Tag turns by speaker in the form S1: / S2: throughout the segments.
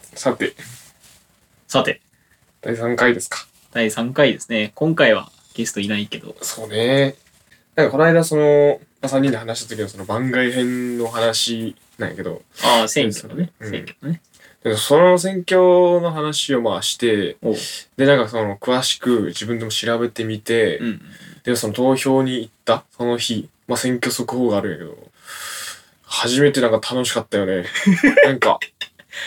S1: さて、
S2: さて、
S1: 第3回ですか。
S2: 第3回ですね。今回はゲストいないけど。
S1: そうね。なんかこの間、その、3人で話した時のその番外編の話なんやけど、
S2: ああ、選挙のね。
S1: うん
S2: 選挙のね。
S1: でその選挙の話をまあして、
S2: おう。
S1: で、なんかその、詳しく自分でも調べてみて、
S2: うん。
S1: で、その投票に行った、その日、まあ選挙速報があるんやけど、初めてなんか楽しかったよ ね。なんか、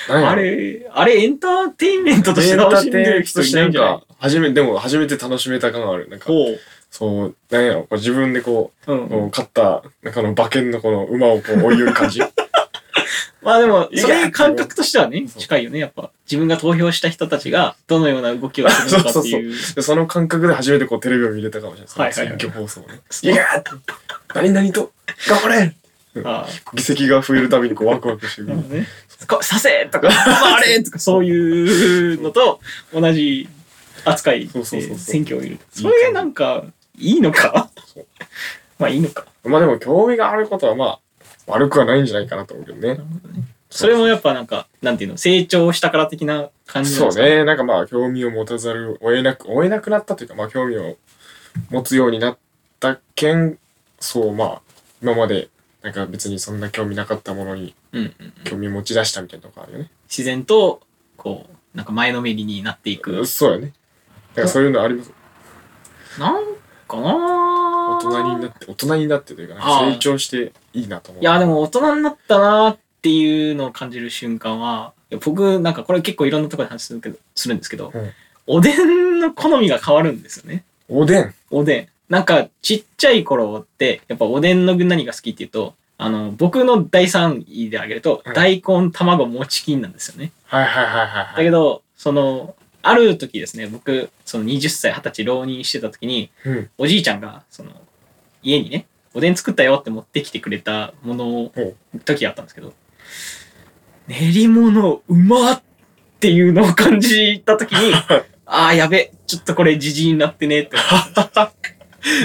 S1: なんやろ
S2: あれ、あれエンターテインメントとして
S1: エンタ
S2: 楽
S1: ー
S2: しんで
S1: テイメ
S2: る
S1: ントと
S2: 人
S1: し
S2: い
S1: て
S2: な
S1: ない
S2: ん
S1: ん
S2: じゃない
S1: か、初めて、でも初めて楽しめた感がある。なんか、
S2: ほう。
S1: そう、なんやろ、こう自分でこ
S2: う
S1: う、
S2: ん。
S1: こう勝った、なんかあの馬券のこの馬をこう追い寄る感じ。
S2: まあでも、
S1: いや
S2: そういう感覚としてはね、
S1: そう
S2: 近いよね。やっぱ、自分が投票した人たちが、どのような動きをするのかっていう。
S1: でその感覚で初めてこうテレビを見れたかもしれない。
S2: はいはいはい
S1: 選挙放送をね。い
S2: そう
S1: やー何々と、頑張れ
S2: ああ
S1: 議席が増えるたびにこうワクワクしてく
S2: な
S1: る
S2: る。ほどね。こうさせとか、あれとか、そういうのと同じ扱い
S1: そうそうそうそ
S2: で
S1: う
S2: 選挙をいる。それなんか、いいのか
S1: そう
S2: まあいいのか。
S1: まあでも興味があることはまあ、悪くはないんじゃないかなと思うけどね。
S2: それもやっぱなんか、なんていうの、成長したから的な感じなん
S1: そう
S2: ですか。
S1: ね。なんかまあ、興味を持たざるを得なく、追えなくなったというか、まあ、興味を持つようになったけん、そう、まあ、今まで、なんか別にそんな興味なかったものに
S2: うんうんうん
S1: 興味持ち出したみたいなとこあるよね。
S2: 自然と、こう、なんか前のめりになっていく。
S1: そうやね。だからそういうのあります。
S2: なんかな
S1: 大人にな
S2: っ
S1: って、大人になってというか、なん
S2: あ
S1: か
S2: ー
S1: 成長していいなと思う。
S2: いや、でも大人になったなーっていうのを感じる瞬間は、いや僕なんかこれ結構いろんなところで話するけどするんですけど、
S1: うん
S2: おでんの好みが変わるんですよね。
S1: おでん。
S2: おでん。なんか、ちっちゃい頃って、やっぱおでんの具何が好きっていうと、あの、僕の第3位であげると、
S1: うん
S2: 大根、卵、餅金なんですよね。
S1: はいはいはい
S2: だ
S1: はい。
S2: け
S1: はい
S2: ど、その、ある時ですね、僕、その20歳、20歳浪人してた時に、
S1: うん。
S2: おじいちゃんが、その、家にね、おでん作ったよって持ってきてくれたものを
S1: ほ、
S2: 時があったんですけど、練り物、うまっていうのを感じた時に、ああ、やべ、ちょっとこれ、じじいになってねって思った。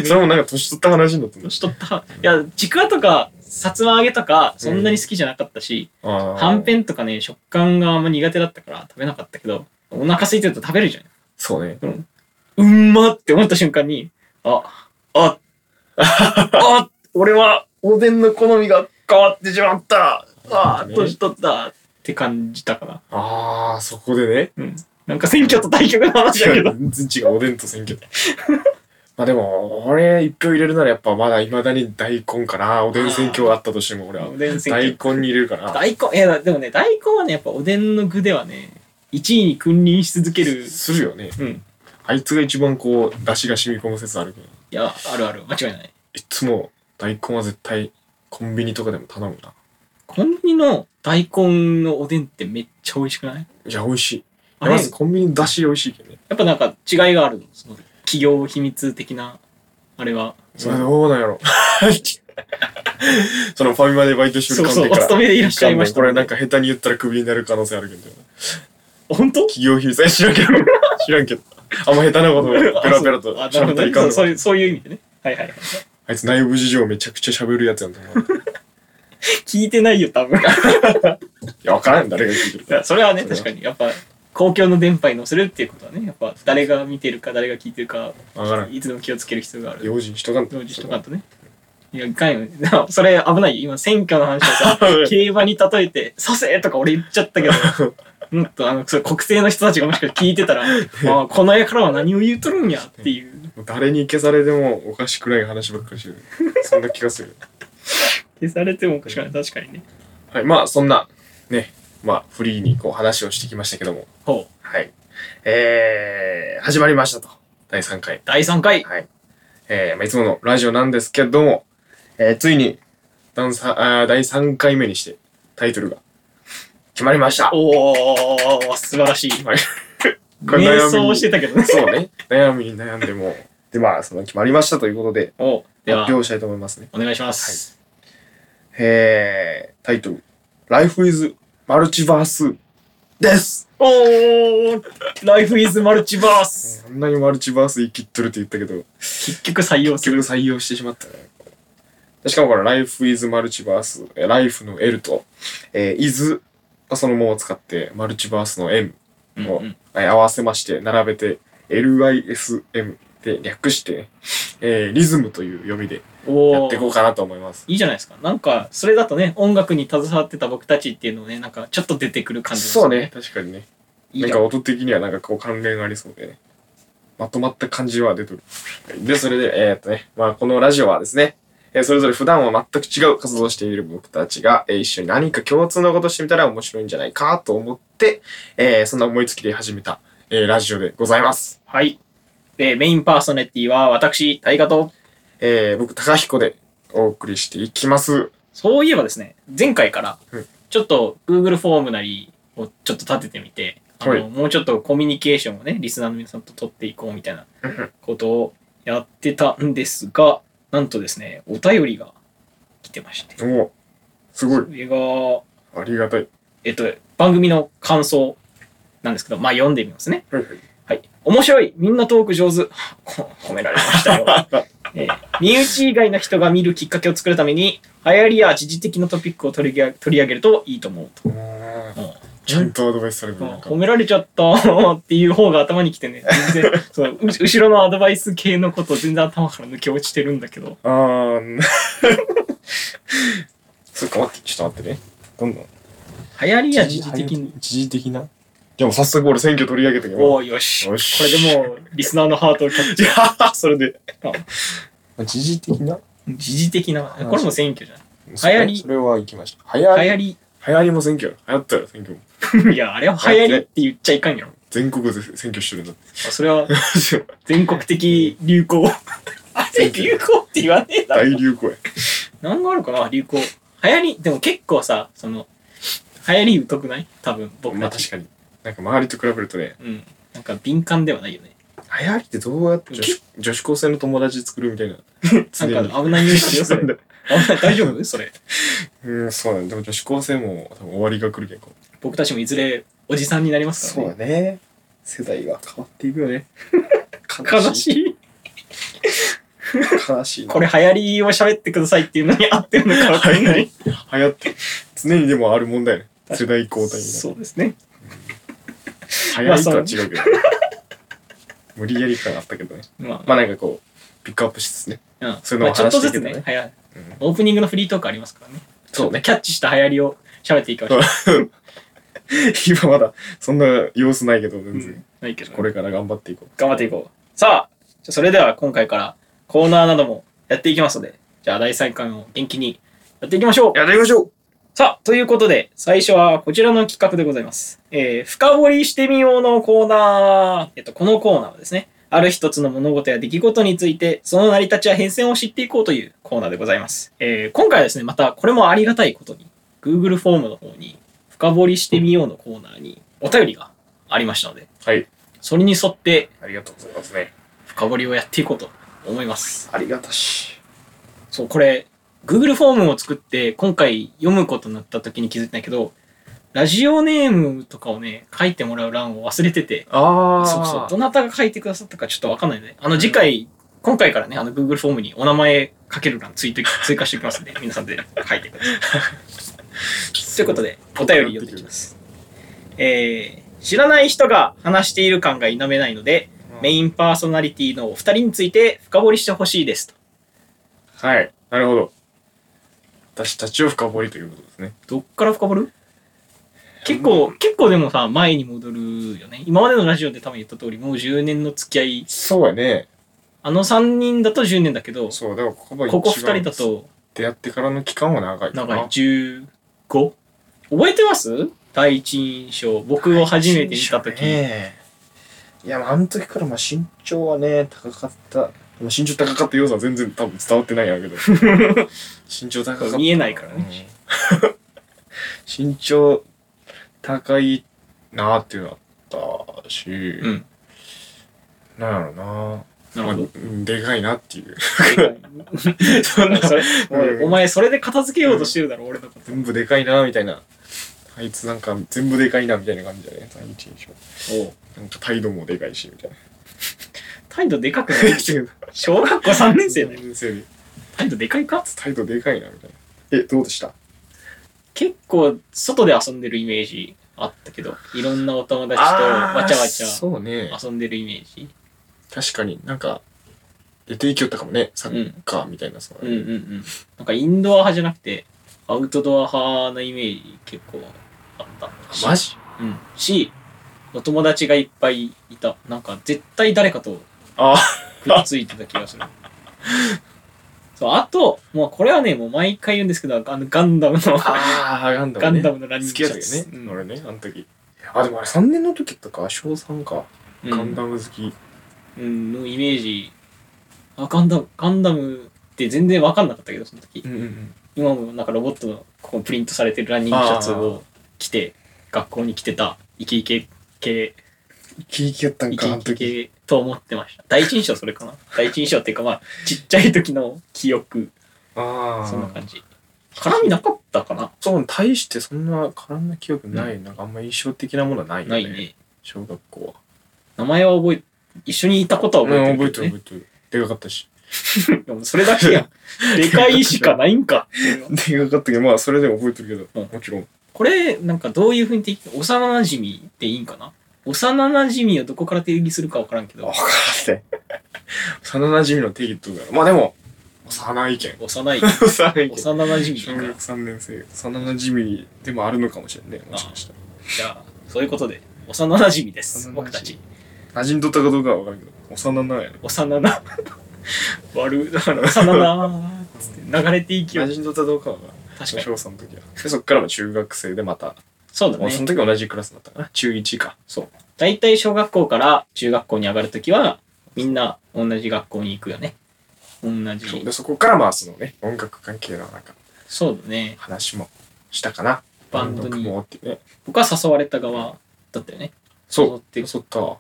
S1: それもなんか年取った話になったんだ。
S2: 年取った。いや、ちくわとか、さつま揚げとか、そんなに好きじゃなかったし、
S1: あー
S2: はんぺんとかね、食感があんま苦手だったから食べなかったけど、お腹空いてると食べるじゃん。
S1: そうね。
S2: うんまって思った瞬間に、あ、あ、あ、俺はおでんの好みが変わってしまった。あー、年取ったって感じたから。
S1: ああ、そこで ね。
S2: うん。なんか選挙と対局の話だけど。
S1: 全然違うおでん と選挙まあでも俺一票入れるならやっぱまだいまだに大根かなおでん選挙があったとしても俺は
S2: おでん選
S1: 大
S2: 挙。
S1: 根に入れるかな
S2: 大根、いや、でもね、大根はね、やっぱおでんの具ではね、1位に君臨し続ける。
S1: するよね
S2: うん。
S1: あいつが一番こう出汁が染み込む説あるけど
S2: いや、あるある、間違いない。
S1: いつも大根は絶対コンビニとかでも頼むな
S2: コンビニの大根のおでんってめっちゃ美味しくない
S1: いや美味しいい
S2: あ
S1: や
S2: れ、
S1: ま
S2: や
S1: ずコンビニの出汁美味しいけどね
S2: っぱなんか違いがあるの。その企業秘密的な、あれは。
S1: それどうなんやろ そのファミマでバイトして
S2: そ
S1: る
S2: うそう、
S1: 関係
S2: お
S1: から
S2: 勤めでいらっしゃいました
S1: こ
S2: ので、
S1: れなんか下手に言ったらクビになる可能性あるけど
S2: 本 当
S1: 企業秘密え知らんけど知らんけどあんま下手な ことペラペラと
S2: あそうあ
S1: 喋
S2: なるほ
S1: った
S2: ど
S1: ら
S2: ね
S1: いか
S2: そ
S1: んの
S2: うそういう。そういう意味でね。はいはいはい。
S1: あいつ内部事情めちゃくちゃ喋るやつやんと思うい
S2: 聞いてないよ、多分。い
S1: や分からん誰が聞いてるか
S2: やそれはね、
S1: それは
S2: 確かに。やっぱ、公共の電波に乗せるっていうことはね、やっぱ誰が見てるか、誰が聞いてるか、
S1: 分からん
S2: いつでも気をつける必要がある。
S1: 用心しとかんと
S2: 同時しとかんとね。いや、いかんよね。でもそれ危ない。今、選挙の話でさ、競馬に例えて、させとか俺言っちゃったけど、もっとあの、そう国政の人たちがもしかして聞いてたら、まあ、この絵からは何を言うとるんやっていう。
S1: 誰に消されてもおかしくない話ばっかりして るそんな気がする
S2: 消されてもおかしくない。確かにね。
S1: はいまあそんなねまあフリーにこう話をしてきましたけども
S2: ほう。
S1: はいえー、始まりましたと第3回
S2: 第3回。
S1: はい。えーまあ、いつものラジオなんですけども、えーついに、第3あー第3回目にして、タイトルが、決まりました。
S2: おー、素晴らしい。
S1: はいこれ
S2: 瞑
S1: 悩み
S2: 想してたけどね。
S1: そうね。悩みに悩んでも、 で、まあ、その決まりましたということで、
S2: おでは
S1: 発、表したいと思いますね。
S2: お願いします。
S1: えー、タイトル、Life is Multiverse です。
S2: おー、ライフイズマルチバース。
S1: あんなにマルチバース生きっとるって言ったけど、
S2: 結局採用す
S1: 結
S2: る。
S1: 局採用してしまったね。しかもこれ、Life is Multiverse、え Life の L と、えー、is そのもを使ってマルチバースの M
S2: うん
S1: を
S2: うん
S1: えー合わせまして並べて LISM で略して、えーリズムという読みでや
S2: お
S1: っていこう
S2: ー
S1: かなと思います。
S2: いいじゃないですかなんかそれだとね音楽に携わってた僕たちっていうのもねなんかちょっと出てくる感じです
S1: そうね、確かにね。
S2: いい
S1: なん
S2: じゃ
S1: か
S2: ん
S1: 音的にはなんかこう関連ありそうで、ね、まとまった感じは出てる。で、それで、えーっとね、まあこのラジオはですね、えーそれぞれ普段は全く違う活動をしている僕たちが、えー一緒に何か共通のことをしてみたら面白いんじゃないかと思って、えーそんな思いつきで始めた、えーラジオでございます。
S2: はいでメインパーソナリティは私大河と
S1: えー僕、高彦でお送りしていきます。
S2: そういえばですね前回から
S1: うん
S2: ちょっと Google フォームなりをちょっと立ててみてあの、
S1: はい
S2: もうちょっとコミュニケーションをねリスナーの皆さんと取っていこうみたいな
S1: うんうん
S2: ことをやってたんですがなんとですねお便りが来てまして
S1: おおすごい
S2: そ。れが
S1: ありがたい。
S2: えっと、番組の感想なんですけど、まあ読んでみますね。
S1: はいはい。
S2: はい。面白いみんなトーク上手 はあこ褒められましたよ。 えー身内以外の人が見るきっかけを作るために、流行りや時事的なトピックを取り上げ取り上げるといいと思うと。
S1: あー
S2: うん
S1: ちゃんとアドバイスされてる
S2: ま
S1: な
S2: あ
S1: んか
S2: 褒。められちゃった っていう方が頭にきてね、全然、そのう後ろのアドバイス系のこと全然頭から抜け落ちてるんだけど。
S1: あー、 そっか、待って、ちょっと待ってね。どんどん。
S2: 流行りや時事的に。
S1: 一時的なじゃあもう早速俺選挙取り上げてけ
S2: お
S1: ば。
S2: およし。
S1: よし
S2: これでもう、リスナーのハートをキャッチ
S1: いや それで。一時的な
S2: 時事的な、これも選挙じゃん。
S1: それ
S2: 流行り
S1: それは行きました。流行
S2: 流
S1: り
S2: 行り
S1: 流行りも選挙。流行ったら選挙も。
S2: いや、あれは流行りって言っちゃいかんよ。
S1: 全国で選挙 してるんだって。
S2: あそれは
S1: 大
S2: 全国的流行。 あれ流行って言わねえだろ。
S1: 流行や。
S2: 何があるかな流行。流行り、でも結構さ、その、流行り疎くない多分、僕
S1: まあ
S2: たち。
S1: 確かに。なんか周りと比べるとね、
S2: うん。なんか敏感ではないよね。
S1: 流行りってどうやって女子女子高生の友達作るみたいな。
S2: な
S1: 常
S2: ん
S1: に
S2: か危ないニュースよ、 それ。危ない、大丈夫それ。
S1: うん、そうだね。でも女子高生も多分終わりが来るけんこう
S2: 僕たちもいずれおじさんになりますからね。
S1: だね。世代が変わっていくよね。
S2: 悲しい。
S1: 悲しいな
S2: これ流行りを喋ってくださいっていうのに合ってるのかわかんない。
S1: 流行って常にでもある問題ね世
S2: 確
S1: 代交代
S2: そうですね。
S1: になる流行りとは違うけど、無理やり感あったけどね
S2: ま
S1: まあなんかこうピックアップしつつね
S2: あ、うん。
S1: そういうの
S2: ま
S1: を
S2: あちょっと
S1: 話し
S2: ず
S1: ていけ
S2: つ
S1: たら
S2: ね
S1: ね、
S2: 流行オープニングのフリートークありますからね。
S1: そうね
S2: キャッチした流行りを喋っていきましょう。
S1: 今まだそんな様子ないけど全然、
S2: うんないけど、
S1: これから頑張っていこ
S2: 頑張っていこう。さあ、じゃあそれでは今回からコーナーなどもやっていきますので、じゃあ第3回も元気にやっていきましょう
S1: う。やっていきましょう
S2: さあ、ということで、最初はこちらの企画でございます。えー、深掘りしてみようのコーナー。えっと、このコーナーはですね、ある一つの物事や出来事について、その成り立ちや変遷を知っていこうというコーナーでございます。えー、今回はですね、またこれもありがたいことに、Google フォームの方に、深掘りしてみようのコーナーにお便りがありましたので、
S1: はい
S2: それに沿って
S1: ありがとうございますね
S2: 深掘りをやっていこうと思います。
S1: ありがたし
S2: そう、これ、Google フォームを作って、今回読むことになった時に気づいたんだけど、ラジオネームとかをね、書いてもらう欄を忘れてて、
S1: ああ
S2: そうそう、どなたが書いてくださったかちょっとわかんないので、あの次回、今回からね、あの Google フォームにお名前書ける欄追加追加しておきますので、皆さんで書いてください。ということで、お便り読んでいきます。えー、知らない人が話している感が否めないので、メインパーソナリティのお二人について深掘りしてほしいですと。
S1: はいなるほど私たちを深掘りということですね
S2: どっから深掘る結構、結構でもさ、前に戻るよね。今までのラジオで多分言った通り、もう10年の付き合い、
S1: そうやね
S2: あの3人だと10年だけど、
S1: そうだからここが一番
S2: ここ2人だと、
S1: 出会ってからの期間は長いか
S2: なん
S1: な
S2: か 15? 覚えてます第一印象。僕を初めて見た時
S1: ねいや、まああの時からまあ身長はね、高かった。まあ身長高かった要素は全然多分伝わってないんやけど。 身長高かった。
S2: 見えないからね
S1: うん 身長高いなっていうのあったし、
S2: うん。
S1: なんやろな。
S2: なるほど
S1: まあうんでかいなっていう。
S2: そん な、それ
S1: うん
S2: お前、それで片付けようとしてるだろ、俺のこと。
S1: 全部でかいなみたいな。あいつなんか全部でかいなみたいな感じだね。第一印象。なんか態度もでかいし、みたいな。
S2: 態 度でかくない小学校3年生だよ。
S1: 先生に
S2: 態度でかいか
S1: 態度でかいなみたいな。え、どうでした
S2: 結構、外で遊んでるイメージあったけど、いろんなお友達と
S1: あー
S2: わちゃわち
S1: そうね。
S2: ゃ遊んでるイメージ。
S1: 確かになんか、出て行きよったかもね、サッカーみたいなさ。
S2: うんうんうん。なんかインドア派じゃなくて、アウトドア派のイメージ結構あった。
S1: マジ
S2: うん。し、お友達がいっぱいいた。なんか絶対誰かと
S1: あ
S2: くっついてた気がする。 そう、あと、もうこれはね、もう毎回言うんですけど、あのガンダムの、
S1: ああ、ガンダム、ね。
S2: ガンダムのランニン
S1: 好
S2: グ
S1: き
S2: シ
S1: や
S2: ャ
S1: ったよ
S2: ツ。
S1: ね、俺ね、あの時。あ、でもあれ3年の時とか、小3か。
S2: うん
S1: ガンダム好き。
S2: うん、のイメージ。あ、ガンダム、ガンダムって全然わかんなかったけど、その時。
S1: んうんうん。
S2: 今もなんかロボットのこうプリントされてるランニングシャツを着て、学校に着てた、イケイケ系、
S1: 聞きやったん
S2: イ
S1: か、
S2: ケ
S1: あ
S2: イ
S1: の
S2: ケ
S1: 時。
S2: 系と思ってました。第一印象それか な。第一印象っていうかまあ、ちっちゃい時の記憶、
S1: ああ。
S2: そんな感じ。絡みなかったかな
S1: そう、対してそんな絡んだ記憶ない。なんかあんま印象的なものはないよね。
S2: ないね。
S1: 小学校は。
S2: 名前は覚え、一緒にいたことは
S1: うん、
S2: 覚
S1: 覚え
S2: えてる
S1: て
S2: け
S1: る
S2: ど
S1: 覚えてる。でかかったし。
S2: ね。でもそれだけやん。でかいしかないんか。
S1: でかかったけど、まあそれでも覚えてるけど、
S2: うん
S1: もちろん。
S2: これ、なんかどういうふうに定義、幼馴染っていいんかな幼馴染をどこから定義するかわからんけ
S1: あ、わ
S2: ど、
S1: からんね。 幼馴染の定義とか。まあでも、幼い意見。
S2: 幼 い、
S1: 幼い意見。
S2: 幼馴染
S1: 小
S2: と
S1: 学
S2: か、
S1: 3年生。幼馴染でもあるのかもしれんね。もしかしたら。
S2: じゃあ、そういうことで、幼馴染です、
S1: 幼馴染
S2: 僕たち。
S1: 馴染んどったかどうかは分からんけど、幼なやね。
S2: 幼な、悪い、あの幼な、つって流れていきよ
S1: 馴
S2: う。
S1: 染んどったかどうかは分か
S2: 確
S1: らん。
S2: かに。
S1: 小3の時は。で、そっからも中学生でまた、
S2: そうだ
S1: もうその
S2: ね。
S1: 時同じクラスだったかな。中1か。
S2: そう。大体小学校から中学校に上がるときは、みんな同じ学校に行くよね。同じ。
S1: そうで、そこからまあ、そのね、音楽関係のなんか
S2: そうだね。
S1: 話もしたかな。
S2: バンドに
S1: 組もうってね。
S2: 僕は誘われた側だったよね。
S1: そう。
S2: 誘
S1: 誘
S2: っ
S1: ったわ。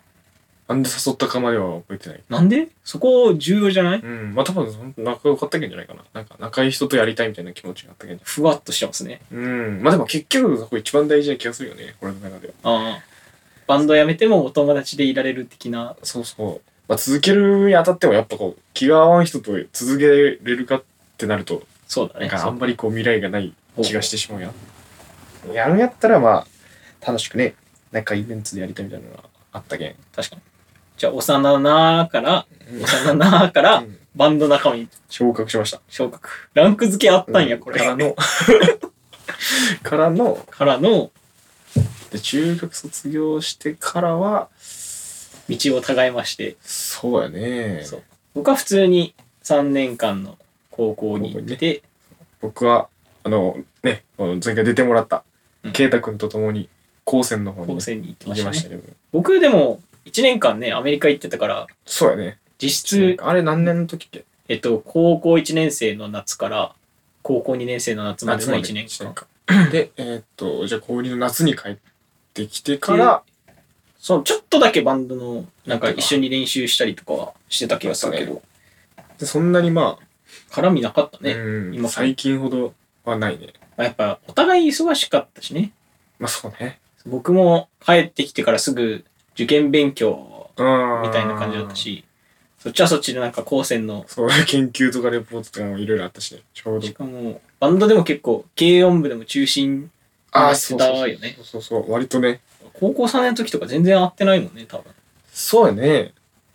S1: なんで誘ったかまでは覚えてない。
S2: なんでそこ重要じゃない
S1: うん。まあ多分、その仲良かったけんじゃないかな。なんか、仲いい人とやりたいみたいな気持ちがあったけんじ
S2: ふわっとしてますね。
S1: ゃない。うん。まあでも結局、そこ一番大事な気がするよね。俺の中では。
S2: ああ。バンドやめてもお友達でいられる的な。
S1: そうそう。まあ、続けるにあたってもやっぱこう気が合わん人と続けれるかってなると
S2: そうだ
S1: な
S2: ね。
S1: んかあんまりこう未来がない気がしてしまうやん。やるんやったらまあ楽しくねなんかイベントでやりたいみたいなのがあったけん。
S2: 確かに。じゃあ、幼なーから、
S1: うん
S2: 幼なーか
S1: う
S2: ら
S1: ん、
S2: バンド仲間に
S1: 昇格しました。
S2: 昇格。ランク付けあったんや、これ。
S1: からのから の
S2: からの、
S1: で中学卒業してからは
S2: 道を違いまして。
S1: そうやね
S2: そう僕は普通に3年間の高校に行って、
S1: 僕はあのねこの前回出てもらった
S2: うん
S1: 圭太君と共に高専の方に
S2: 高
S1: 行
S2: 専に行ってま
S1: き
S2: した
S1: ま
S2: ね。
S1: したけど
S2: 僕でも、1年間ね、アメリカ行ってたから、
S1: そうやね
S2: 実
S1: なん
S2: 質
S1: か、あれ何年の時っけ
S2: えっと、高校1年生の夏から、高校2年生の夏までの1年間。
S1: 間。で、えーっと、じゃあ、氷の夏に帰ってきてから、
S2: そう、ちょっとだけバンドの、なんか一緒に練習したりとかはしてた気がするけど、
S1: でそんなにま
S2: 絡みなかった
S1: あ、
S2: ね。
S1: うん
S2: 今
S1: 最近ほどはないね。
S2: まあやっぱ、お互い忙しかったしね。
S1: まあ、そうね。
S2: 僕も帰ってきてからすぐ受験勉強
S1: うん
S2: みたいな感じだった。し、そっちはそっちでなんか高専の、
S1: そう、 研究とかレポートとかもいろいろあったしね、ちょうど
S2: し。かも、バンドでも結構、軽音部でも中心、
S1: ああ、
S2: し
S1: そ
S2: て
S1: う
S2: た
S1: そう
S2: よね。
S1: そうそうそう、割とね。
S2: 高校3年の時とか全然会ってないもんね、多分。
S1: そうやね。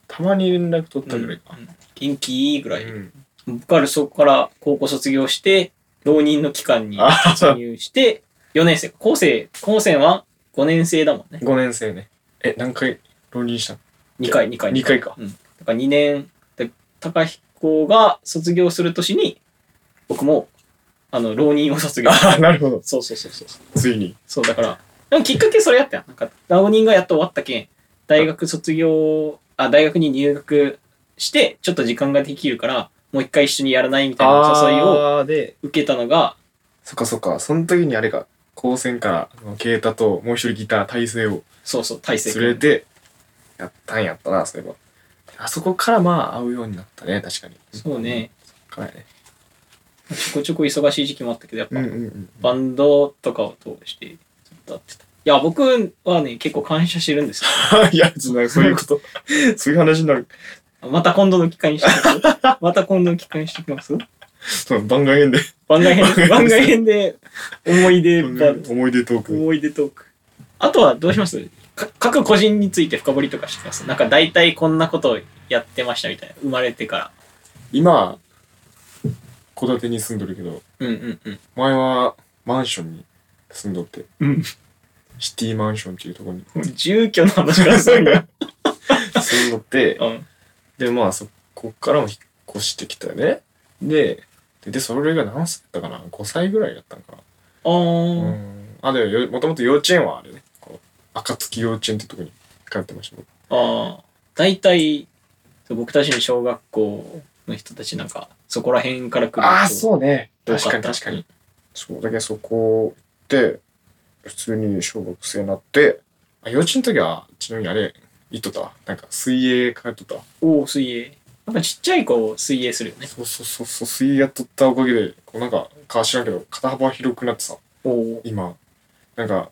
S1: たまに連絡取ったぐらいか
S2: う。ん元気いいぐらい。
S1: うん
S2: 僕はそこから高校卒業して、浪人の期間に
S1: あ
S2: 突入して、4年生。高生、高専は5年生だもんね。
S1: 5年生ね。え、何回浪人したの
S2: 2回、2回。
S1: 二回か。
S2: うん。だから2年、で高彦が卒業する年に、僕も、あの、浪人を卒業。
S1: ああ、なるほど。
S2: そうそうそうそう。
S1: ついに。
S2: そう、だから、でもきっかけそれやったよ。なんか、浪人がやっと終わったけん、大学卒業、あ、大学に入学して、ちょっと時間ができるから、もう一回一緒にやらないみたいなお誘いを
S1: あー、で、
S2: 受けたのが、
S1: そっかそっか、その時にあれか、高専から、あの啓太ともう一人ギター、大勢を
S2: そうそう、大成
S1: 連れて、やったんやったな、そういえば。あそこからまあ会うようになったね、確かに。
S2: そう。ね、
S1: からやね。
S2: ちょこちょこ忙しい時期もあったけど、やっぱ、
S1: うんうん うん。
S2: バンドとかを通して、ずっと会ってた。いや、僕はね、結構感謝してるんです
S1: いや、ちょっとなんかそういうこと、 そういう話になる。
S2: よ。また今度の機会にしておきます。また今度の機会にしておきます。
S1: その番外編で
S2: 番外編、番外編で思い出ば、
S1: 思い出トーク。
S2: 思い出トーク。あとはどうしますか各個人について深掘りとかしてますなんか大体こんなことをやってましたみたいな。生まれてか
S1: 今、戸建てに住んどるけど、
S2: ら。うんうんうん。
S1: 前はマンションに住んどって、
S2: うん。
S1: シティマンションっていうところに
S2: 住居の話からするんだ。
S1: 住んどって、
S2: うん。
S1: で、まあそこからも引っ越してきたよね。で、で、でそれが何歳だったかな ?5 歳ぐらいだったのか
S2: あ
S1: な。う
S2: ー。
S1: ん。あ、でもよ、もともと幼稚園はあれね、こう、暁幼稚園ってとこに通ってましたもん。
S2: ああ、大体、そう僕たちの小学校の人たちなんか、そこら辺から来る
S1: ああ、
S2: う。
S1: そうね。
S2: 多
S1: 確
S2: か
S1: か
S2: っ
S1: に
S2: た
S1: 確かに。そう、だけどそこで、普通に小学生になって、あ幼稚園の時は、ちなみにあれ、行っとった。なんか、水泳通っとっ
S2: おお、水泳。やっぱちっちゃい子、水泳するよ
S1: た。
S2: ね。
S1: そうそうそう、そう水泳やっとったおかげで、こうなんか、か知らんけど、肩幅広くなってさ、
S2: おお。
S1: 今、なんか、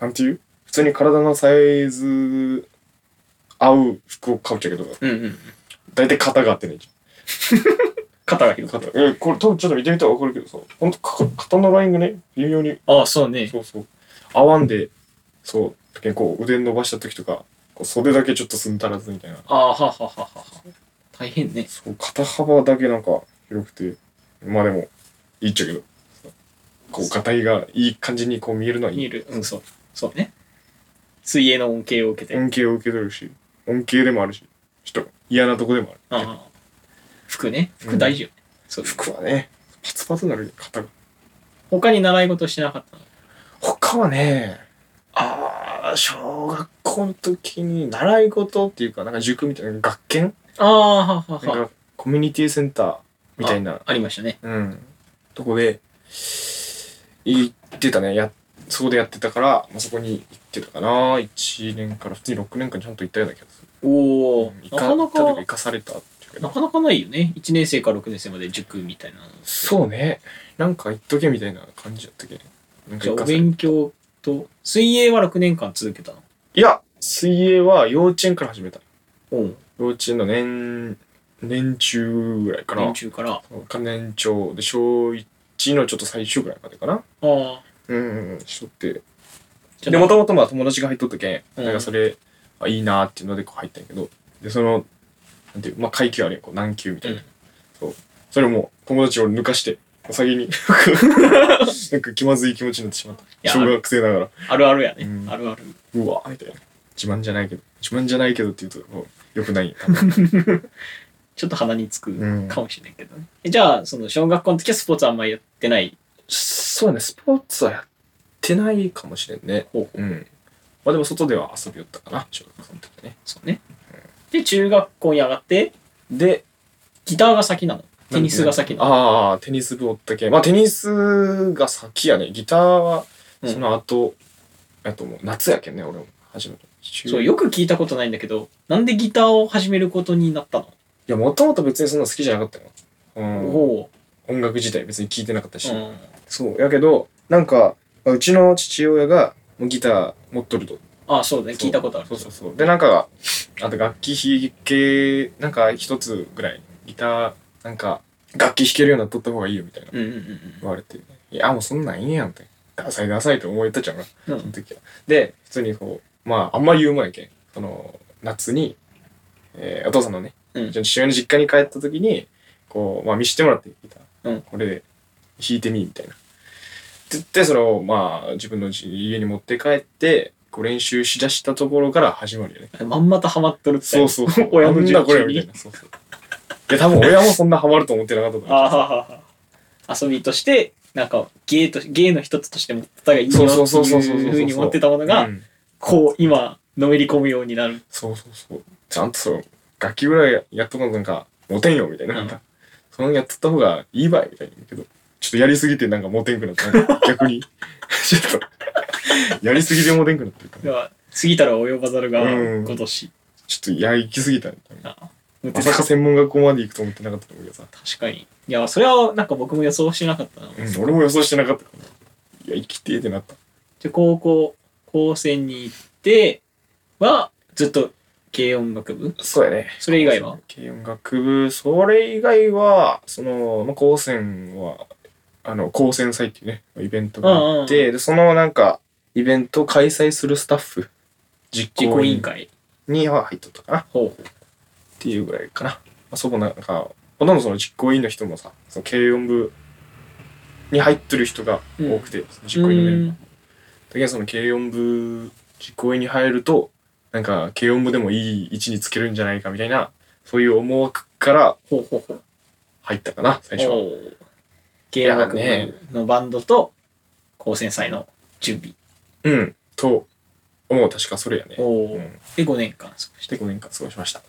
S1: なんていう普通に体のサイズ、合う服を買うっちゃうけど、
S2: うんうん。
S1: だいたい肩があってね。
S2: 肩が広く。
S1: 肩。え、これ多分ちょっと見てみたらわかるけどさ、ほんとか肩のラインがね、微妙に
S2: ああ、そうね。
S1: そうそう。合わんで、そう、結構腕伸ばした時とか、こう袖だけちょっとすん足らずみたいな。
S2: ああ、ははははは。大変ね。
S1: そう、肩幅だけなんか広くて、まあでも、いいっちゃけど、こう、肩いがいい感じにこう見えるのはい
S2: 見え
S1: い。
S2: る。うん、そう。そうね。水泳の恩恵を受けて。あ
S1: 恩恵を受け取れるし、恩恵でもあるし、ちょっと嫌なとこでもある。
S2: あ。服ね。
S1: う
S2: 服
S1: ん
S2: 大事よね。そう。
S1: 服はね、パツパツになるよ肩が。
S2: 他に習い事してなかったの
S1: 他はね、ああ、小学校の時に習い事っていうか、なんか塾みたいな、学研
S2: ああ、はは
S1: なん
S2: は。
S1: かコミュニティセンターみたいな
S2: ありましたね。
S1: うん。とこで、行ってたね。や、そこでやってたから、まあ、そこに行ってたかな。1年から、普通に6年間ちゃんと行ったような気がする。
S2: おお。
S1: 行か
S2: なかな
S1: 行った
S2: か
S1: 時。行かされたっていうか
S2: なかなかないよね。1年生から6年生まで塾みたいな。
S1: そうね。なんか行っとけみたいな感じだったっけなんか
S2: じゃ
S1: 行
S2: あ、お
S1: かされ
S2: 勉強と、水泳は6年間続けたの。
S1: いや、水泳は幼稚園から始めた。
S2: おう
S1: 幼稚園の年、年中ぐらいか
S2: 年
S1: な。
S2: 中から。あ
S1: か年長で、小1のちょっと最終ぐらいまでかな。
S2: あ。
S1: うんうんうん、しとって。
S2: じゃあ
S1: で、もともとまあ友達が入っとったけ、
S2: うんん
S1: なんかそれ、あいいなーっていうのでこう入ったんやけど、で、その、なんていう、まあ階級あれやんこう何級みたいな。
S2: うん
S1: そう。それもう友達を抜かして、先に、 なんか気まずい気持ちになってしまっ
S2: や
S1: た。小学生ながら、
S2: あるあるやね。
S1: うん
S2: あるある。
S1: うわーみたいな。自慢じゃないけど、自慢じゃないけどって言うと、もう良くない。
S2: ちょっと鼻につく
S1: うん
S2: かもしれんけどね。えじゃあ、その小学校の時はスポーツあんまりやってない。
S1: そうね、スポーツはやってないかもしれんね。
S2: ほうほ
S1: うん。まあでも外では遊びよったかな、小学生の時はね。
S2: そうね。で、中学校に上がって、
S1: で、
S2: ギターが先なの。テニスが先なの。
S1: ああ、テニス部おったけん。まあ、テニスが先やね。ギターは、
S2: うん
S1: その後、あともう夏やけんね、俺も。初めて。中
S2: そう、
S1: い
S2: よく聞いたことないんだけど、なんでギターを始めることになったの
S1: や、もともと別にそんな好きじゃなかったよ。う
S2: お
S1: ん。
S2: お
S1: 音楽自体別に聴いてなかったし。
S2: う。うん。
S1: そう。やけど、なんか、まあうちの父親がもうギター持っとると。
S2: ああ、そうね。
S1: そう
S2: 聞いたことある。
S1: そうそうそう。で、なんか、あと楽器弾け、なんか一つぐらい、ギター、なんか、楽器弾けるようになっとった方がいいよみたいな。
S2: うんうんうん
S1: 言われて、いや、もうそんなんいいやんって。ダサいダサいと思えたじゃんな、
S2: うん。う
S1: その
S2: ん
S1: 時は。で、普通にこう、まあ、あんまり言うまいけん。その、夏に、えーお父さんのね、
S2: うん
S1: ちょ父親の実家に帰った時に、こう、まあ、見してもらっていた。
S2: うん
S1: これで、弾いてみ、みたいな。って言って、それを、まあ、自分の家に持って帰って、こう練習しだしたところから始まるよね。
S2: まんまとハマっとるって。。
S1: そう そうそう
S2: 親の
S1: なん
S2: 実
S1: だこれ
S2: 家
S1: みたい
S2: に。
S1: な。そうそう。いや、多分親もそんなハマると思ってなかったと思う
S2: あははは。遊びとして、なんか芸とし、芸の一つとして持ってたがいいよって
S1: そ
S2: いう
S1: そうそうそうそうそうそう
S2: うふうに持ってたもの
S1: う
S2: が、
S1: ん
S2: こう、今、のめり込むようになる。
S1: そうそうそう。ちゃんとそう、楽器ぐらいやっとかなんか、モテんよ、みたいな。
S2: う
S1: な
S2: ん
S1: んかそのやっとった方がいいばい、みたいな言うけど、ちょっとやりすぎてなんかモテんくなった。 なんか逆に。ちょっと、やりすぎてモテんくなってるから。
S2: では、過ぎたら及ばざるが
S1: うん
S2: 今年。
S1: ちょっと、や、行きすぎたみたいな。
S2: あ持って
S1: ま
S2: た
S1: さか専門学校まで行くと思ってなかったと思うけどさ。
S2: 確かに。いや、それはなんか僕も予想してなかったな。
S1: うん、俺も予想してなかったから。いや、生きてえってなった。
S2: で、高校、高専に行っては、ずっと軽音楽部
S1: そうやね。
S2: それ以外は
S1: 軽音楽部、それ以外は、その、まあ、高専は、あの、高専祭っていうね、イベントがあって、で、そのなんか、イベントを開催するスタッフ、実
S2: 実
S1: 行
S2: 行
S1: 委
S2: 委
S1: 員
S2: 員
S1: 会
S2: 会。
S1: には入っとったかなっ
S2: ほう。
S1: ていうぐらいかな。まあ、そこなんか、ほとんどその実行委員の人もさ、その軽音部に入ってる人が多くて、その実行委員のメンバー
S2: うん
S1: だけどその軽音部実行委員に入るとなんか軽音部でもいい位置につけるんじゃないかみたいなそういう思惑から
S2: ほうほうほう。
S1: 入ったかな最初は
S2: おう軽音楽部のバンドと高専祭の準備。
S1: うんと思う確かそれやね
S2: お
S1: う
S2: うんで、5年間過ごし
S1: して
S2: て、
S1: 5年間過ごしました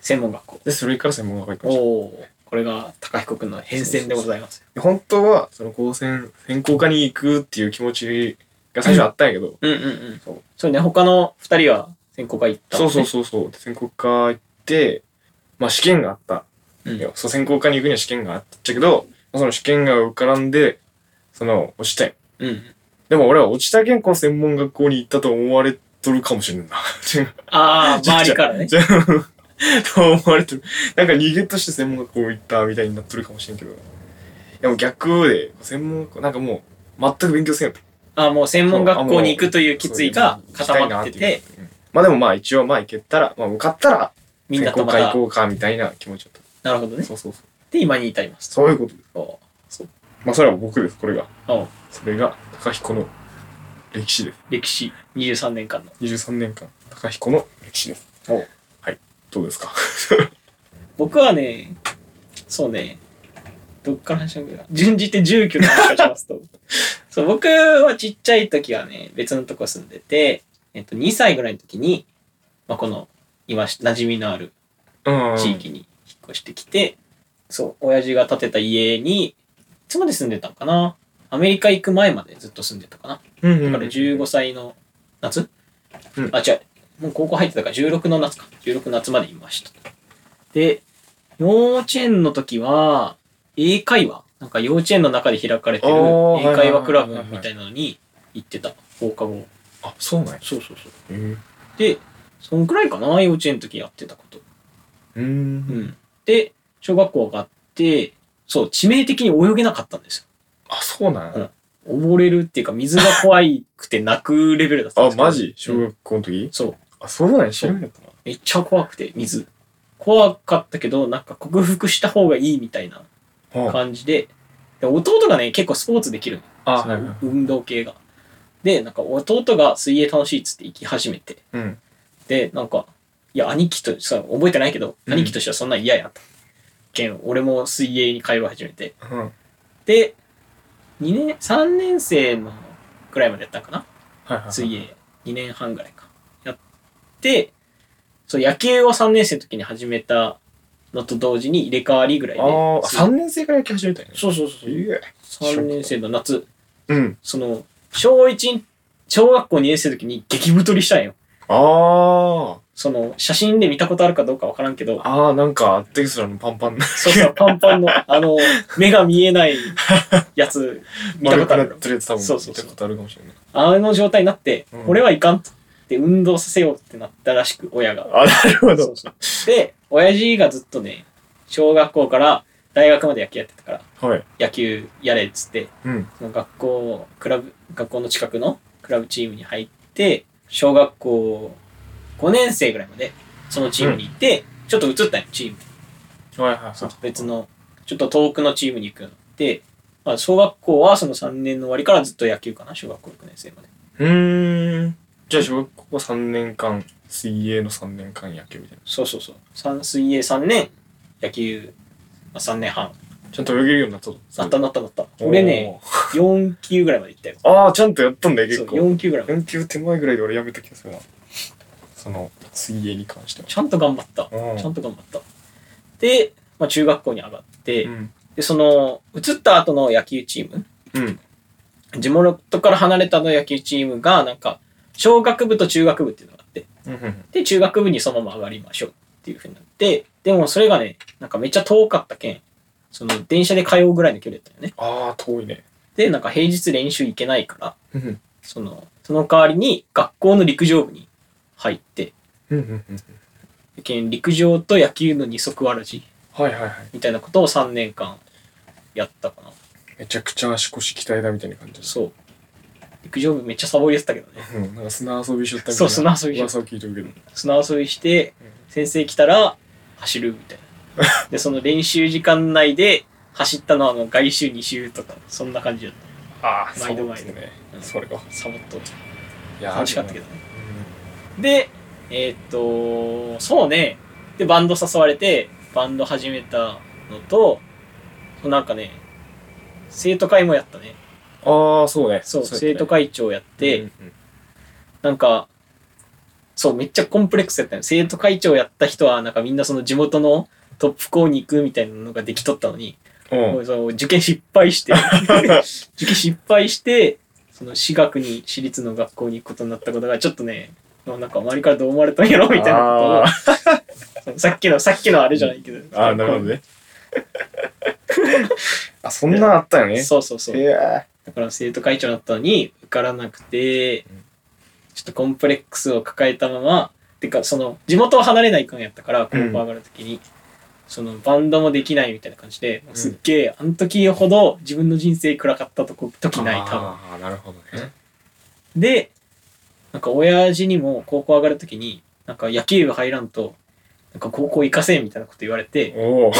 S2: 専門学校。
S1: でそれから専門学校行きま
S2: お
S1: し
S2: お。これが高彦くんの変遷でございます。
S1: た本当はその高専専攻科に行くっていう気持ちが最初あったんやけど、
S2: うんうんうん。
S1: そう
S2: そうね、他の2人は専攻科行った
S1: そ
S2: もん
S1: う
S2: ね。
S1: そうそうそうで専攻科行ってまあ試験があった
S2: うん。
S1: よそう専攻科に行くには試験があったっちゃけどその試験が受からんでその落ちたんよ
S2: うん。
S1: でも俺は落ちた健康専門学校に行ったと思われとるかもしれんな。
S2: ああ、周りからね。
S1: じゃあと思われとる。なんか逃げとして専門学校行ったみたいになっとるかもしれんけど。いやもう逆で、専門学校、なんかもう全く勉強せんやった。
S2: ああ、もう専門学校に行くという決意が固まって
S1: そういう
S2: て、
S1: うんまあでもまあ一応まあ行けたら、まあ受かったら、
S2: みんなとま
S1: 専攻科行、
S2: た
S1: こうかみたいな気持ちだっ
S2: なるほど
S1: た。
S2: ね。
S1: そうそうそう。
S2: で、今に至ります。
S1: そういうことです。
S2: お
S1: まあそれは僕です、これが。
S2: お
S1: それが高彦の歴史です。
S2: 歴史23年間の。
S1: 23年間、高彦の歴史です。はい。どうですか
S2: 僕はね、そうね、どっから話しようかな。順次って住居の話をしま すと。そう、僕はちっちゃい時はね、別のとこ住んでて、えっと、2歳ぐらいの時に、まあ、この、今、馴染みのある
S1: うん
S2: 地域に引っ越してきて、そう、親父が建てた家に、いつまで住んでたのかなアメリカ行く前までずっと住んでたかな。
S1: うんうんう
S2: だ
S1: ん
S2: から15歳の夏、
S1: うん
S2: あ、違う。もう高校入ってたから16の夏か。16夏までいました。で、幼稚園の時は、英会話なんか幼稚園の中で開かれてる
S1: あー
S2: 英会話クラブ
S1: はいはいはいはい
S2: みたいなのに行ってた。放課後。
S1: あ、そうなんや。
S2: そうそうそう。
S1: うん。
S2: で、そんくらいかな幼稚園の時やってたこと。
S1: う。
S2: うんん。で、小学校上がって、そう、致命的に泳げなかったんです
S1: あ、そうなん
S2: うん
S1: や。
S2: よ。溺れるっていうか、水が怖いくて泣くレベルだったんで
S1: あ、
S2: すけど
S1: マジ小学校の時
S2: そう。
S1: あ、そうなんや。知らんかったな。
S2: めっちゃ怖くて、水。怖かったけど、なんか克服した方がいいみたいな
S1: は
S2: 感じで、で弟がね、結構スポーツできるの。
S1: あ、あ
S2: そ
S1: はいは
S2: の
S1: い。
S2: 運動系が。で、なんか弟が水泳楽しいっつって行き始めて、
S1: うん。
S2: で、なんか、いや、兄貴と、さ、覚えてないけど、
S1: うん
S2: 兄貴としてはそんなん嫌やと。けん、俺も水泳に通い始めて。
S1: うん。
S2: で、2年、3年生のくらいまでやったんかな
S1: はいはい。
S2: 水。泳2年半ぐらいかやってそう野球を3年生の時に始めたのと同時に入れ替わりぐらい
S1: あ
S2: で
S1: ーあ、
S2: そう
S1: 3年生から野球始めたんや。
S2: そうそうそう
S1: え
S2: 3年生の夏
S1: うん。
S2: その小1小学校2年生の時に激太りしたんよ
S1: あ
S2: その写真で見たことあるかどうかわからんけど
S1: あ。ああ、なんか、テキスラのパンパンな。
S2: そうそうパ ンパンのあの目が見えないやつ 見たことあ
S1: 丸くな
S2: る
S1: ってるやつ多分
S2: そうそう
S1: 見
S2: そう
S1: たことあるかもしれない。
S2: あの状態になって、
S1: うん
S2: 俺はいかんとで運動させようってなったらしく親が
S1: あ、なるほ
S2: そうそうで、親父がずっとね、小学校から大学まで野球やってたから、
S1: ど。はい。
S2: 野球やれっつって、
S1: うん。
S2: その学校、クラブ、学校の近くのクラブチームに入って、小学校5年生ぐらいまで、そのチームに行って、ちょっと移ったんよ、チーム。
S1: はいはい
S2: そ
S1: は
S2: の別の、ちょっと遠くのチームに行くようになって、まあ、小学校はその3年の終わりからずっと野球かな、小学校6年生まで。
S1: い。うーん。じゃあ、小学校3年間、水泳の3年間野球みたいな。
S2: そうそうそう。三水泳3年、野球、まあ、3年半。
S1: ちゃんと泳げるようになったぞ
S2: なったなったなった。俺ね、。4級ぐらいまで行ったよ。
S1: おーああ、ちゃんとやったんだよ、
S2: そ
S1: 結
S2: う、
S1: 構。
S2: 4級ぐらいまで。
S1: 4級手前ぐらいで俺やめた気がするなその水泳に関しては
S2: ちゃんと頑張った。
S1: うん
S2: ちゃんと頑張った。で、まあ、中学校に上がって、
S1: うん
S2: で、その、移った後の野球チーム、
S1: うん
S2: 地元から離れた後の野球チームが、なんか、小学部と中学部っていうのがあって、
S1: うん
S2: で、中学部にそのまま上がりましょうっていうふうになって、でもそれがね、なんかめっちゃ遠かったけん、その、電車で通うぐらいの距離だったよね。
S1: ああ遠いね
S2: で、なんか平日練習行けないから、
S1: うん
S2: その、その代わりに学校の陸上部に入って、
S1: うんうんうん。
S2: やけん陸上と野球の二足わらじ
S1: はいはいはい。
S2: みたいなことを3年間やったかな
S1: めちゃくちゃ足腰鍛えだみたいな感じです。
S2: そう陸上部めっちゃサボりやってたけどね
S1: うん、なんか砂遊びしょったみたいな。
S2: そう砂遊びしよっ
S1: 噂を聞いてるけど。
S2: 砂遊びして先生来たら走るみたいな でその練習時間内で走ったのはあの外周2周とかそんな感じだっ
S1: ああ、
S2: 毎度毎
S1: そう
S2: 度
S1: ですね。
S2: た、うん
S1: それか。
S2: サボっと
S1: いや
S2: 楽しかったけ
S1: ど。
S2: どねでえーっとそうねでバンド誘われてバンド始めたのとなんかね生徒会もやったね
S1: ああ、そうね。
S2: そう
S1: や
S2: 生
S1: った
S2: 徒
S1: ね
S2: 会長やっ
S1: う
S2: て、
S1: んうん
S2: なんかそうめっちゃコンプレックスやったよ生徒会長やった人はなんかみんなその地元のトップ校に行くみたいなのができとったのに、
S1: うん
S2: も。うその受験失 敗して受験失敗してその私学に私立の学校に行くことになったことがちょっとねなんか周りからどう思われたんやろみたいな
S1: あ
S2: ことをさっきのさっきのあれじゃないけど
S1: ああ、なるほど ね。あ、そんなんあったよね。
S2: そうそうそう
S1: いや
S2: だから生徒会長だったのに受からなくて、
S1: うん
S2: ちょっとコンプレックスを抱えたまま、てかその地元を離れないかんやったから、高校上がるときに、そのバンドもできないみたいな感じで、
S1: ん
S2: すっげえ、あの時ほど自分の人生暗かったとこ時ない、多分。
S1: ああ、なるほどね。
S2: で、なんか親父にも高校上がるときに、なんか野球部入らんと、なんか高校行かせんみたいなこと言われて、
S1: おお。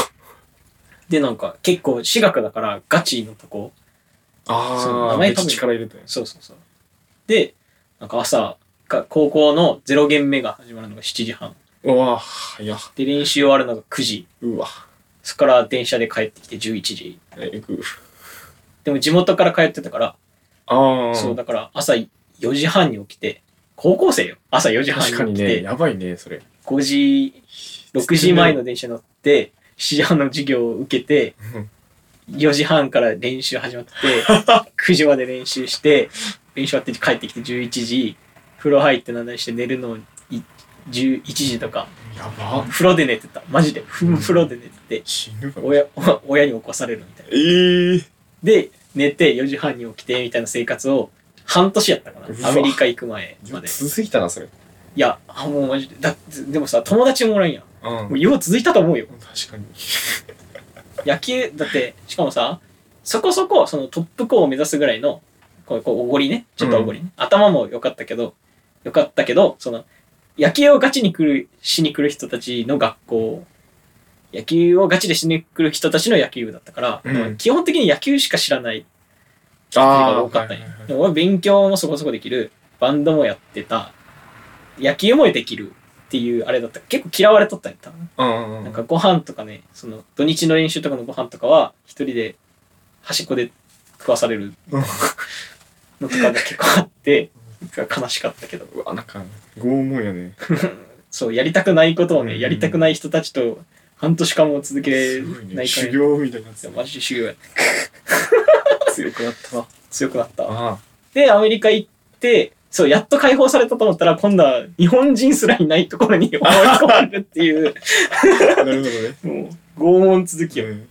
S2: でなんか結構私学だからガチのとこ、そう
S1: ああ、
S2: 名
S1: め
S2: 前
S1: っち
S2: 多
S1: ゃ
S2: 分
S1: 力入れたよ。
S2: そうそうそう。で、なんか朝、か高校のゼロ限目が始まるのが7時半。
S1: うわあ、いや、
S2: で、練習終わるのが9時。
S1: うわ。
S2: そこから電車で帰ってきて11時。
S1: え、行く。
S2: でも地元から通ってたから、
S1: ああ、
S2: そう、だから朝4時半に起きて、高校生よ。朝4時半
S1: 確か
S2: に
S1: に
S2: 起き
S1: ね、
S2: て、
S1: やばいね、それ。
S2: 5時、6時前の電車乗って、7時半の授業を受けて
S1: うん、
S2: 4時半から練習始ま って、9時まで練習して、練習終わって帰ってきて11時、風呂入ってなんだりして寝るのい11時とか、
S1: やば。
S2: 風呂で寝てた。マジで。ふ
S1: うん
S2: 風呂で寝てて、
S1: 死ぬわ。
S2: 親、お親に起こされるみたいな。
S1: ええ。
S2: で、寝て4時半に起きてみたいな生活を、半年やったか
S1: う
S2: な。
S1: わ
S2: アメリカ行く前まで。
S1: 続いたな、それ。
S2: いや、あもうマジで。だってでもさ、友達もおらんやん。
S1: う
S2: も
S1: ん。
S2: うよう続いたと思うよ。
S1: 確かに。
S2: 野球だってしかもさそこそこそのトップ校を目指すぐらいのこうこうおごりねちょっとおごりね、頭も良かったけど良かったけどその野球をガチに来るしに来る人たちの学校野球をガチでしに来る人たちの野球部だったから、
S1: うん
S2: 基本的に野球しか知らない人
S1: あ
S2: が多かったんよでも俺勉強もそこそこできるバンドもやってた野球もできるっていうあれだった結構嫌われとったんやった
S1: うん。
S2: なんかご飯とかね、その土日の練習とかのご飯とかは、一人で端っこで食わされる
S1: うん
S2: のとかが結構あって、なんか悲しかったけど、
S1: うわ、なんか、拷問やね。
S2: そう、やりたくないことを
S1: う
S2: ね、
S1: ん
S2: やりたくない人たちと半年間も続け
S1: すごい
S2: な
S1: ね。
S2: いか
S1: 修
S2: ら、い
S1: 行みたいなやつ
S2: や。マジで修行や
S1: 強くなったわ。
S2: 強くなった。
S1: あ
S2: で、アメリカ行って、そう、やっと解放されたと思ったら、今度は日本人すらいないところに思い込まれるっていう、
S1: あ、なるほど ね。
S2: もう、拷問続きよ。
S1: うん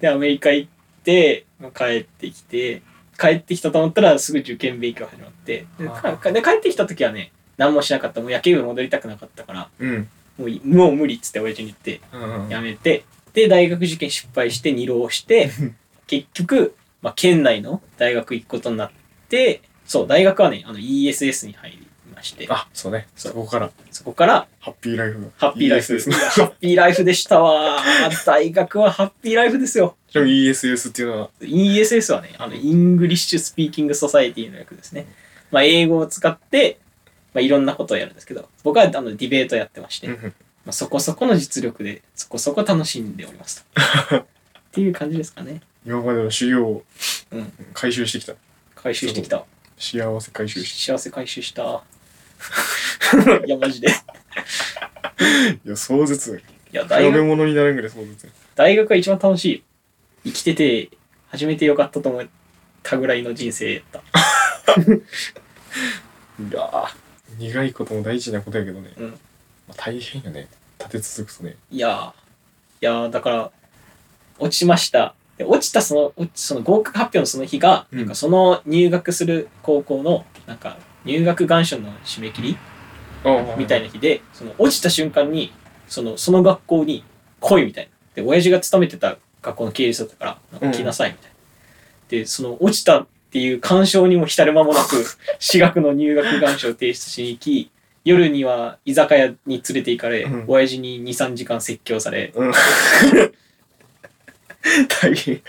S2: で、アメリカ行って、まあ帰ってきて、帰ってきたと思ったらすぐ受験勉強始まって、で
S1: あ
S2: かかで帰ってきた時はね、何もしなかった。もう野球部戻りたくなかったから、
S1: うん。
S2: もういもう無理っつって親父に言って、
S1: うん。
S2: やめて、で、大学受験失敗して二 浪して、結局、まあ、県内の大学行くことになって、そう、大学はね、あの ESS に入りまして、
S1: あ、そうね。
S2: そう
S1: そこから、
S2: そこから
S1: ハッピーライフが。
S2: ハッピーライフ。
S1: ESS
S2: ハッピーライフでしたわー。大学はハッピーライフですよ。
S1: でも ESS っていうのは、
S2: ESS はね、あの、イングリッシュスピーキングソサイティの略ですね。まあ、英語を使って、まあ、いろんなことをやるんですけど、僕はあのディベートやってまして、
S1: う
S2: ま
S1: ん
S2: あ、そこそこの実力で、そこそこ楽しんでおります と。っていう感じですかね。
S1: 今までの修行を
S2: うん
S1: 回収してきた。
S2: 回収してきた。
S1: 幸せ回収し
S2: 幸せ回 収した。いや、マジで。い
S1: てきた。いや、壮絶。
S2: や、大
S1: 比べ
S2: 学、
S1: 物になるぐらい壮絶。
S2: 大学が一番楽しい。生きてて、初めてよかったと思ったぐらいの人生やった。
S1: いやー苦いことも大事なことやけどね、
S2: うん
S1: まあ、大変よね立て続くとね
S2: いやー、いやーだから、落ちました。で落ちたその、落ちその合格発表のその日が、
S1: うん
S2: なんかその入学する高校の、なんか入学願書の締め切りみたいな日で、その落ちた瞬間に、その、その学校に来いみたいな。で、親父が勤めてた学校の経営者だったから、なんか来なさいみたいな。で、その落ちたっていう干渉にも浸る間もな く、私学の入学願書を提出しに行き、夜には居酒屋に連れて行かれ、
S1: うん
S2: 親父に2、3時間説教され、
S1: うん 大変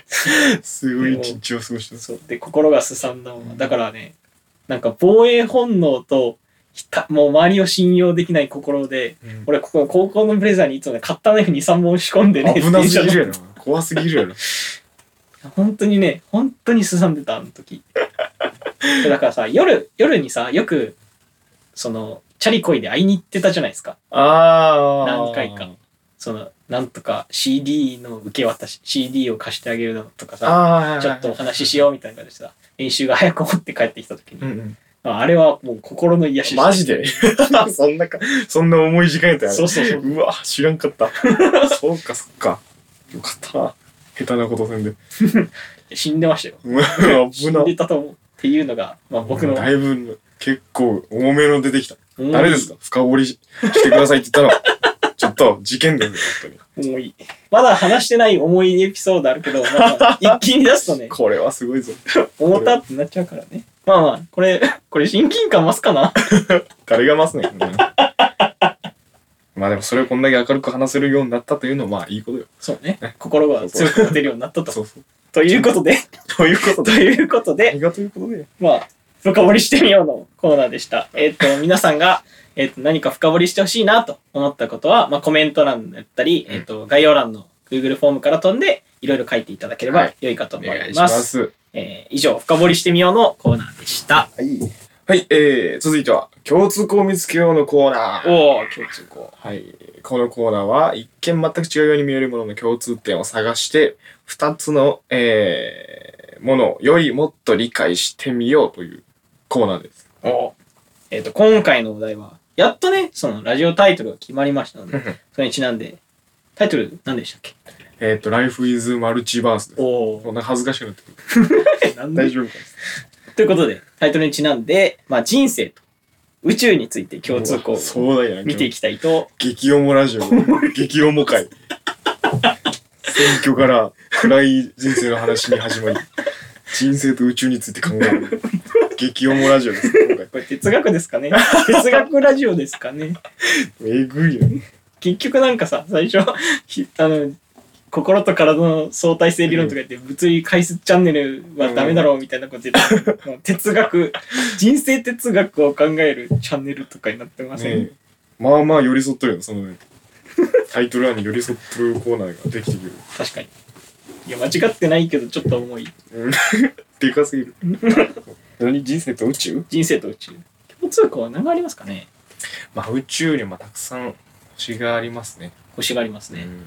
S1: すごい一日を過ごしてます
S2: そうで心がすさんだままだからねなんか防衛本能とひたもう周りを信用できない心で俺ここ高校のブレザーにいつもねカッターナイフ23本仕込んでね
S1: 危なすぎ
S2: 電
S1: るやろ怖すぎるや ろ
S2: 車の本当にね本当にすさんでたあの 時でだからさ夜夜にさよくそのチャリこいで会いに行ってたじゃないですか
S1: ああ
S2: 何回かそのなんとか CD の受け渡し CD を貸してあげるのとかさ
S1: ああ
S2: ちょっとお話ししようみたいな感じでさ練習が早く終わって帰ってきた時に
S1: うんうん
S2: まああれはもう心の癒し
S1: マジ でそんなかそんな重い時間やったんや
S2: そうそうそう。
S1: うわ知らんかった そうかそうかよかったな下手なことせん で
S2: 死んでましたよ。
S1: うわ
S2: 死
S1: 危
S2: ん
S1: な
S2: でたと思う。っていうのが、まあ僕の。
S1: だいぶ結構重めの出てきた
S2: 思い
S1: 誰ですか深掘りししてくださいって言ったのちょっと事件ですよ本
S2: 思い。まだ話してない重いエピソードあるけど、 まあ、一気に出すと
S1: 当に
S2: ね、
S1: これはすごいぞ
S2: 重たってなっちゃうからね。まあまあ、これ、これ親近感増すかな
S1: 誰がますねんまあでもそれをこんだけ明るく話せるようになったというのはまあいいことよ
S2: そうね。心が強く持てるようになったと。
S1: そうそう
S2: ということで、
S1: ということ
S2: と
S1: で
S2: いうこと
S1: あ
S2: で、
S1: りがということで
S2: まあ、深掘りしてみようのコーナーで した。えっ、と、皆さんが、えっ、と、何か深掘りしてほしいなと思ったことは、まあ、コメント欄だったり、
S1: うん
S2: えっ、と、概要欄の Google フォームから飛んで、いろいろ書いていただければ
S1: はい
S2: 良いかと
S1: お
S2: 思
S1: 願い
S2: い
S1: し
S2: ま。
S1: ますす
S2: えー以上、深掘りしてみようのコーナーでした。
S1: はいはいえー、続いては共通項を見つけようのコーナー
S2: おー、共通項。
S1: はい。このコーナーは、一見全く違うように見えるものの共通点を探して、二つの、えー、ものよりもっと理解してみようというコーナーです。
S2: おえっ、と、今回のお題は、やっとね、そのラジオタイトルが決まりましたので、それにちなんで、タイトル何でしたっけ
S1: えっと、Life is Multiverse です。
S2: お
S1: こんな恥ずかしくなってくる。
S2: なんで
S1: 大丈夫か
S2: ということで、タイトルにちなんで、まあ、人生と宇宙について共通項を
S1: そうだよな。
S2: 見ていきたいと、
S1: 激重ラジオ。激重会。選挙から暗い人生の話に始まり、人生と宇宙について考える。激重ラジオです、今回。
S2: これ哲学です かね哲学ラジオですかね
S1: えぐいな。
S2: 結局なんかさ、最初、ひあの、心と体の相対性理論とか言って、物理解説チャンネルはダメだろうみたいなこと言 ってた、哲学、人生哲学を考えるチャンネルとかになってません、
S1: ねえまあまあ寄り添ってるよそのねタイトル案に寄り添ってるコーナーができてくる
S2: 確かに。いや、間違ってないけど、ちょっと重い。
S1: でかすぎる何人生と宇宙
S2: 人生と宇宙。共通項は何がありますかね
S1: まあ宇宙にもたくさん星がありますね
S2: 星がありますね。
S1: うん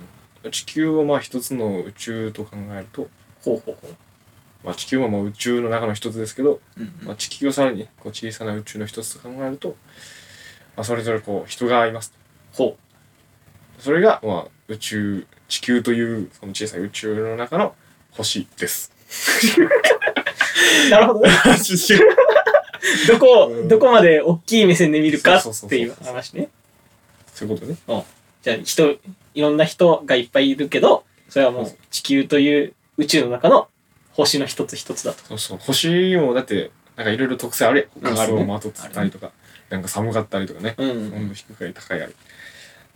S1: 地球をまあ一つの宇宙と考えると、
S2: ほうほうほう。
S1: まあ、地球はまあ宇宙の中の一つですけど、
S2: うんうん
S1: まあ、地球をさらにこう小さな宇宙の一つと考えると、まあ、それぞれこう人がいます
S2: ほ
S1: それがまあ宇宙地球というその小さい宇宙の中の星 です
S2: う。なるほどね。 どこ、
S1: うん
S2: どこまで大きい目線で見るかっていう
S1: そうそうそうそう
S2: 話ね。
S1: そういうことね。
S2: じゃあ人、いろんな人がいっぱいいるけど、それはもう地球という宇宙の中の星の一つ一つだと。
S1: そうそう。星もだって、なんかいろいろ特性あるやん。
S2: うんあ
S1: ガ
S2: る
S1: ス
S2: ね
S1: をまとってたりとか、なんか寒かったりとかね。
S2: うん、
S1: 温度低い高いある。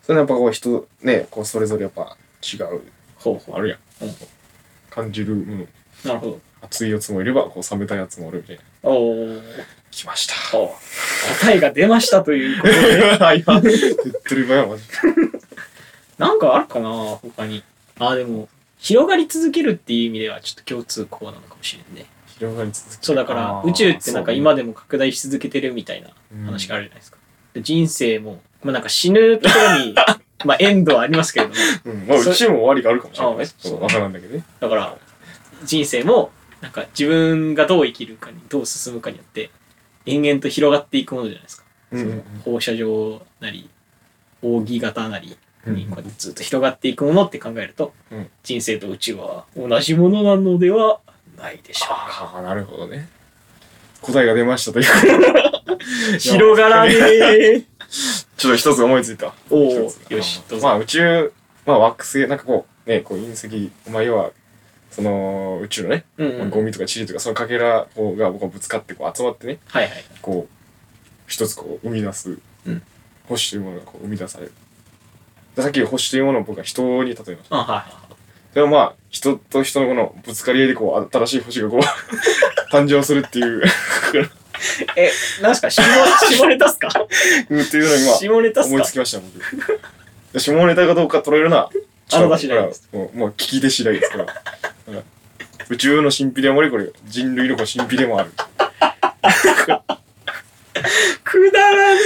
S1: それはやっぱこう人、ね、こうそれぞれやっぱ違う、
S2: ほうほ
S1: あるやん。
S2: うん
S1: 感じるもの。
S2: う。なるほど。
S1: 熱いやつもいれば、こう冷めたやつもおるみたいな。
S2: おー
S1: 来ました。
S2: お答えが出ましたということで。
S1: はいはい。手っ取り早いマジで
S2: なんかあるかな他に。ああ、でも、広がり続けるっていう意味ではちょっと共通項なのかもしれんね。
S1: 広がり続ける
S2: そうだから、宇宙ってなんか今でも拡大し続けてるみたいな話があ
S1: る。
S2: るじゃないですか。で人生も、まあなんか死ぬとこ ろに、まあエンドはありますけれども、
S1: うんうんまあ宇宙も終わりがあるかもしれないね。
S2: あえ
S1: そうわからんだけどね。
S2: だから人生もなんか自分がどう生きるかにどう進むかによって延々と広がっていくものじゃないですか、
S1: うんうんうん
S2: その放射状なり扇形なりに
S1: うん
S2: こうやってずっと広がっていくものって考えると、
S1: うん
S2: 人生と宇宙は同じものなのではないでしょうか
S1: ああ、なるほどね。答えが出ましたという
S2: 広がらねえ
S1: ちょっと一つ思いついた。
S2: おー
S1: 一つ
S2: よしどうぞ
S1: まあ宇宙、まあ惑星、なんかこう、ね、こう隕石、まあ要は、その宇宙のね、
S2: うんうん、はい
S1: ゴミとか塵とかそのかけらこうがこうぶつかってこう集まってね、
S2: はい
S1: こう、一つこう生み出す、
S2: うん
S1: 星というものがこう生み出される。でさっき星というものを僕は人に例えました。
S2: あはい
S1: でもまあ、人と人のこのぶつかり合いでこう、新しい星がこう、 誕生するっていう、
S2: はいえなんすか下下ネタっすか
S1: っていうのにまあ、
S2: 下ネタっす
S1: 思い
S2: か
S1: つきました、僕。下ネタかどうか取れるのは、
S2: あなた次第です
S1: もう、もう聞き手次第ですから。うん宇宙の神秘でもあり、これ、人類のこう神秘でもある。
S2: くだらね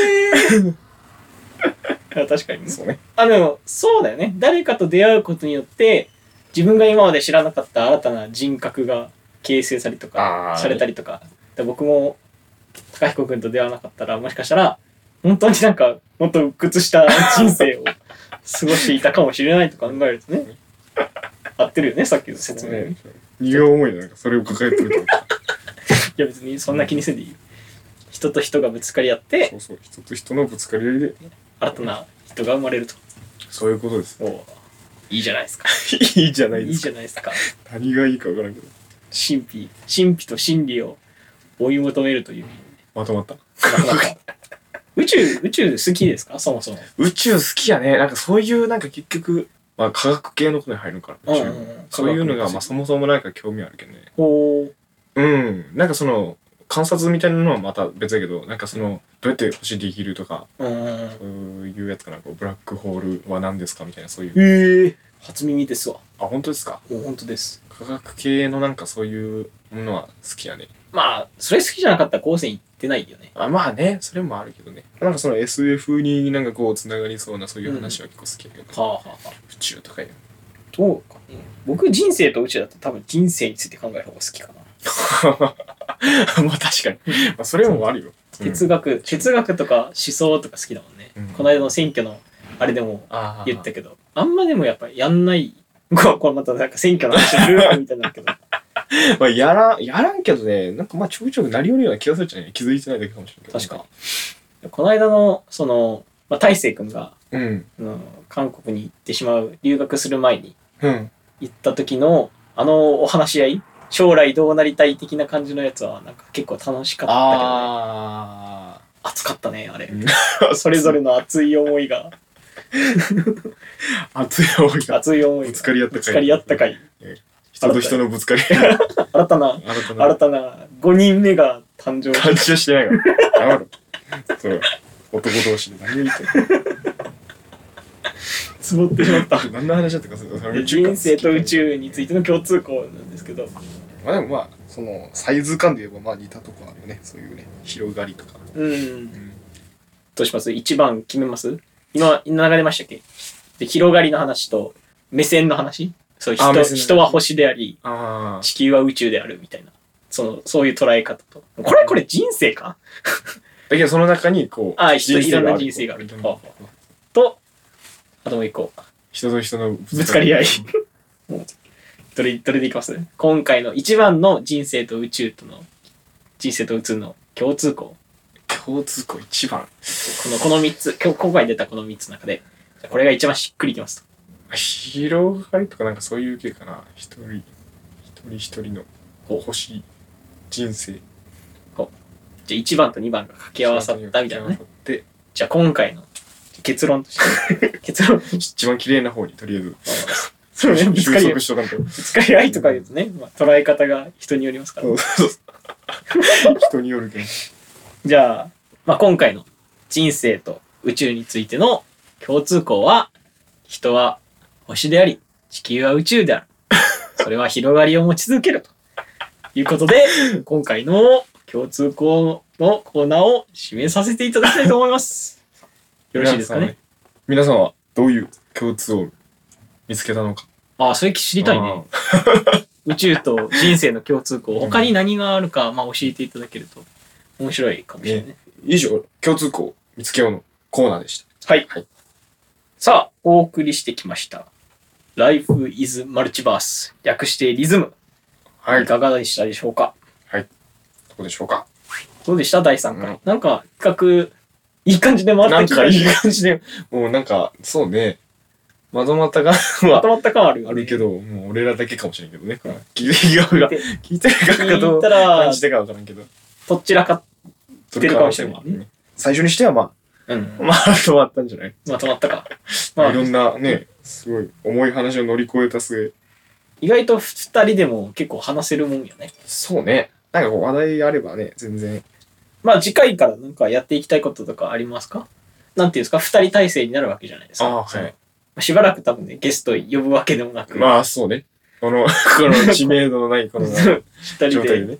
S2: えいや確かにね
S1: そうね。
S2: あでもそうだよね誰かと出会うことによって自分が今まで知らなかった新たな人格が形成されたりと
S1: あ
S2: か
S1: ー
S2: されたりとかで僕も高彦君と出会わなかったらもしかしたら本当になんかもっと鬱屈した人生を過ごしていたかもしれないと考えるとね合ってるよねさっきの説明、
S1: ね
S2: い。
S1: 荷が重いねなんか、それを抱えてると 思った。
S2: や別にそんな気にせんでいいよ人と人がぶつかり合って
S1: そうそう。人と人のぶつかり合いで、
S2: 新たな人が生まれると
S1: そういうことです。
S2: おういいじゃないですか
S1: いいじゃない
S2: い
S1: で
S2: い
S1: す
S2: じ
S1: か。
S2: ゃないですか
S1: 何がいいかわからんけど。
S2: 神秘神秘と真理を追い求めるという
S1: まとまった。
S2: なんか宇宙宇宙好きですかそもそも、
S1: 宇宙好きやね。なんかそういう、なんか結局、まあ科学系のことに入るのかな。宇宙
S2: ん
S1: そういうのが、まあそもそもなんか興味あるけどね。
S2: ほう
S1: うん、なんかその観察みたいなのはまた別だけどなんかそのどうやって星できるとか
S2: うんうんうん
S1: そういうやつかなこうブラックホールは何ですかみたいなそういう
S2: ええ初耳ですわ
S1: あ本当ですか
S2: もう本当です
S1: 科学系のなんかそういうものは好きやね
S2: まあそれ好きじゃなかったら高専行ってないよね
S1: あまあねそれもあるけどねなんかその SF になんかこうつながりそうなそういう話は結構好きやけど、
S2: はあはあはあ
S1: 宇宙とかいう
S2: どうかね僕人生と宇宙だと多分人生について考える方が好きかな、
S1: まあ確かに、まあ、それもあるよ
S2: 哲
S1: が
S2: 学哲学とか思想とか好きだもんね、
S1: うん
S2: この間の選挙のあれでも
S1: ああ
S2: 言ったけど、あんまでもやっぱりやんない。 ここれまたなんか選挙の話ルールみたいになる けど。
S1: まあやらんやらんけどねなんかまあちょくちょくなりよるような気がするじゃない気づいてないだけかもしれないけど
S2: 確か。この間の、その、まあ、大勢君が、
S1: うん
S2: あの韓国に行ってしまう、留学する前に
S1: うん
S2: 行った時の、あのお話し合い、将来どうなりたい的な感じのやつは、なんか結構楽しかったけどね。
S1: あ
S2: 熱かったね、あれ。
S1: あ、
S2: それぞれの熱い思いが、
S1: 熱い思いが
S2: 熱い思いが。
S1: ぶつかり合った回
S2: ぶつかり合ったかい。
S1: 人と人のぶつかり合い
S2: 新たな、
S1: 新た
S2: 新たな5人目が誕生。
S1: 感じはしてない からやめろそれ男同士で何を言ってん
S2: つぼってし まった。
S1: の何の話だったかそれそれ
S2: で
S1: 宇宙観
S2: 人生と宇宙についての共通項なんですけど、
S1: まあでもまあそのサイズ感で言えばまあ似たとこあるよねそういうね広がりとか、
S2: うん
S1: う、ん、
S2: どうします ?1 番決めます今、流れましたっけで広がりの話と目線の話そう
S1: あ
S2: 人
S1: 目線の話
S2: 人は星であり、
S1: あ
S2: 地球は宇宙であるみたいな。そのそういう捉え方と。これこれ人生か
S1: だけどその中にこう
S2: あ人いろんな人
S1: 生
S2: 生
S1: が
S2: があ
S1: あ
S2: る
S1: る
S2: とと、あともう一個。
S1: 人と人の
S2: ぶつかり合い。どれ、どれでいきます今回の1番の人生と宇宙との、人生と宇宙の共通項。
S1: 共通項一番
S2: この、この3つ、今日、今回出たこの3つの中で、じゃあこれが一番しっくりきますと。
S1: 広がりとかなんかそういう系かな一人一人一人のこう欲しい人生
S2: じゃあ1番と2番が掛け合わさったみたいなね。
S1: で
S2: じゃあ今回の結論と して、結論、
S1: 一番綺麗な方にとりあえず
S2: そう ね、ぶつ
S1: 収
S2: かり合い、
S1: 束
S2: ぶ
S1: しとかんと
S2: つかり合いとか言うとね、まあ、捉え方が人によりますから。
S1: そうそう 人によるけど
S2: じゃあ、まあ今回の人生と宇宙についての共通項は、人は星であり、地球は宇宙 である。それは広がりを持ち続けると。いうことで、今回の共通項のコーナーを締めさせていただきたいと思います。よろしいですかね。
S1: 皆さんは皆さんはどういう共通を見つけたのか
S2: ああ、それ知りたいね。宇宙と人生の共通項、
S1: うん
S2: 他に何があるか、まあ教えていただけると面白いかもしれないね。
S1: 以上共通項見つけようのコーナーでした
S2: はい。
S1: はい
S2: さあ、お送りしてきました。Life is Multiverse。略してリズム。
S1: はい
S2: い
S1: ど
S2: かがでしたでしょうか
S1: うでしょうか
S2: どうでした第3回、
S1: うん
S2: なんか、企いい感じで回っ
S1: なん
S2: てき
S1: か
S2: た
S1: いい
S2: し、
S1: 感じで、 もうなんか、そうね、まとまった感
S2: まと
S1: は
S2: まった感あるよ、ね。
S1: あるけ
S2: ど。
S1: ど、もう俺らだけかもしれんけどね。これ聞いてる側が、聞いてる側がど
S2: 聞いうた
S1: 感
S2: ら
S1: じ、てかわからんけど。
S2: どちらか、
S1: そ
S2: てるかもしれんもんね
S1: う。最初にしてはま
S2: うん
S1: あ、まあ、とまったんじゃない
S2: まとまったか。まあ
S1: いろ、んなね、すごい重い話を乗り越えた末。
S2: 意外と二人でも結構話せるもんよね。
S1: そうね。なんかこう話題あればね、全然。
S2: まあ次回からなんかやっていきたいこととかありますかなんていうんですか二人体制になるわけじゃないですか。
S1: あーはい
S2: そのまあしばらく多分ね、ゲスト呼ぶわけでもなく、
S1: まあ、そうね。この、 この知名度のないこの
S2: 二人
S1: 状態で
S2: で、
S1: ね。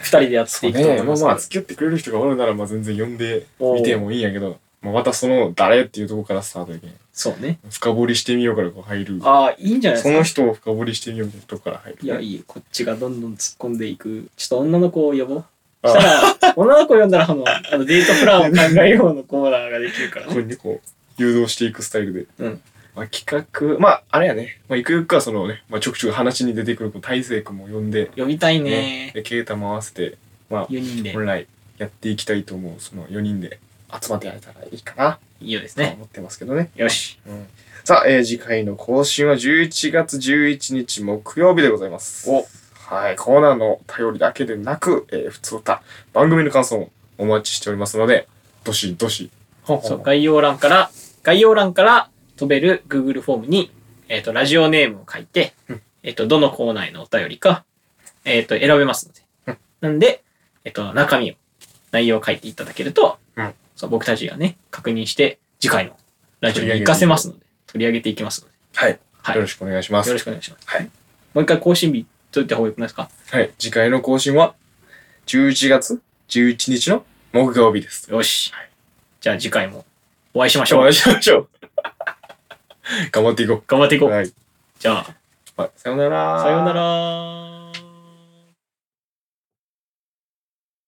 S2: 二人でやって
S1: そう
S2: いくと思
S1: ね。
S2: い
S1: まあ
S2: ます
S1: ま
S2: け
S1: あ、
S2: ど
S1: 付き合ってくれる人がおるなら、まあ全然呼んで
S2: おー
S1: みてもいいんやけど、まあまたその誰っていうとこからスタートやけん。
S2: そうね。
S1: 深掘りしてみようからこう入る。
S2: ああ、いいんじゃないです
S1: そ
S2: か。
S1: の人を深掘りしてみようってとこから入る。
S2: いや、いい。こっちがどんどん突っ込んでいく。ちょっと女の子を呼ぼう。
S1: あ
S2: そしたら、女の子呼んだら、あの、あのデートプランを考えようのコーナーができ るから
S1: こ
S2: ね。
S1: こにこう、誘導していくスタイルで。
S2: うん
S1: まあ、企画、まあ、あれやね。まあ、ゆくゆくはそのね、まあ、ちょくちょく話に出てくる、こう、大成君も呼んで、
S2: 呼びたい
S1: ね
S2: ね。
S1: で、ケイタも合わせて、まあ、
S2: 4人で。
S1: 本来やっていきたいと思う、その4人で集まってやれたらいいかな、
S2: いいよです
S1: とは
S2: ね。
S1: 思ってますけどね。
S2: よし。
S1: うんさあ、えー次回の更新は11月11日木曜日でございます。
S2: お
S1: はい、コーナーの頼りだけでなく、えー、普通歌、番組の感想もお待ちしておりますので、どしどし。
S2: そう、概要欄から、概要欄から飛べる Google フォームに、えっ、と、ラジオネームを書いて、えっ、と、どのコーナーへのお便りか、えっ、と、選べますので。なんで、えっ、と、中身を、内容を書いていただけると、
S1: うん
S2: そう僕たちがね、確認して、次回のラジオに活かせますので、取り上げていきますので、
S1: はい。
S2: はい。
S1: よ
S2: よ
S1: ろしくお願いします。
S2: ろしくお願いします。
S1: はい。
S2: もう一回更新日、といた方がよくないですか
S1: はい。次回の更新は、11月11日の木曜日です。
S2: よし。じゃあ次回もお会いしまし
S1: お
S2: ょ
S1: 会
S2: う
S1: い。しましょう。 頑張っていこ。
S2: 頑張っていうこう。
S1: はい。
S2: じゃあ、
S1: はいさようなら。
S2: さようなら。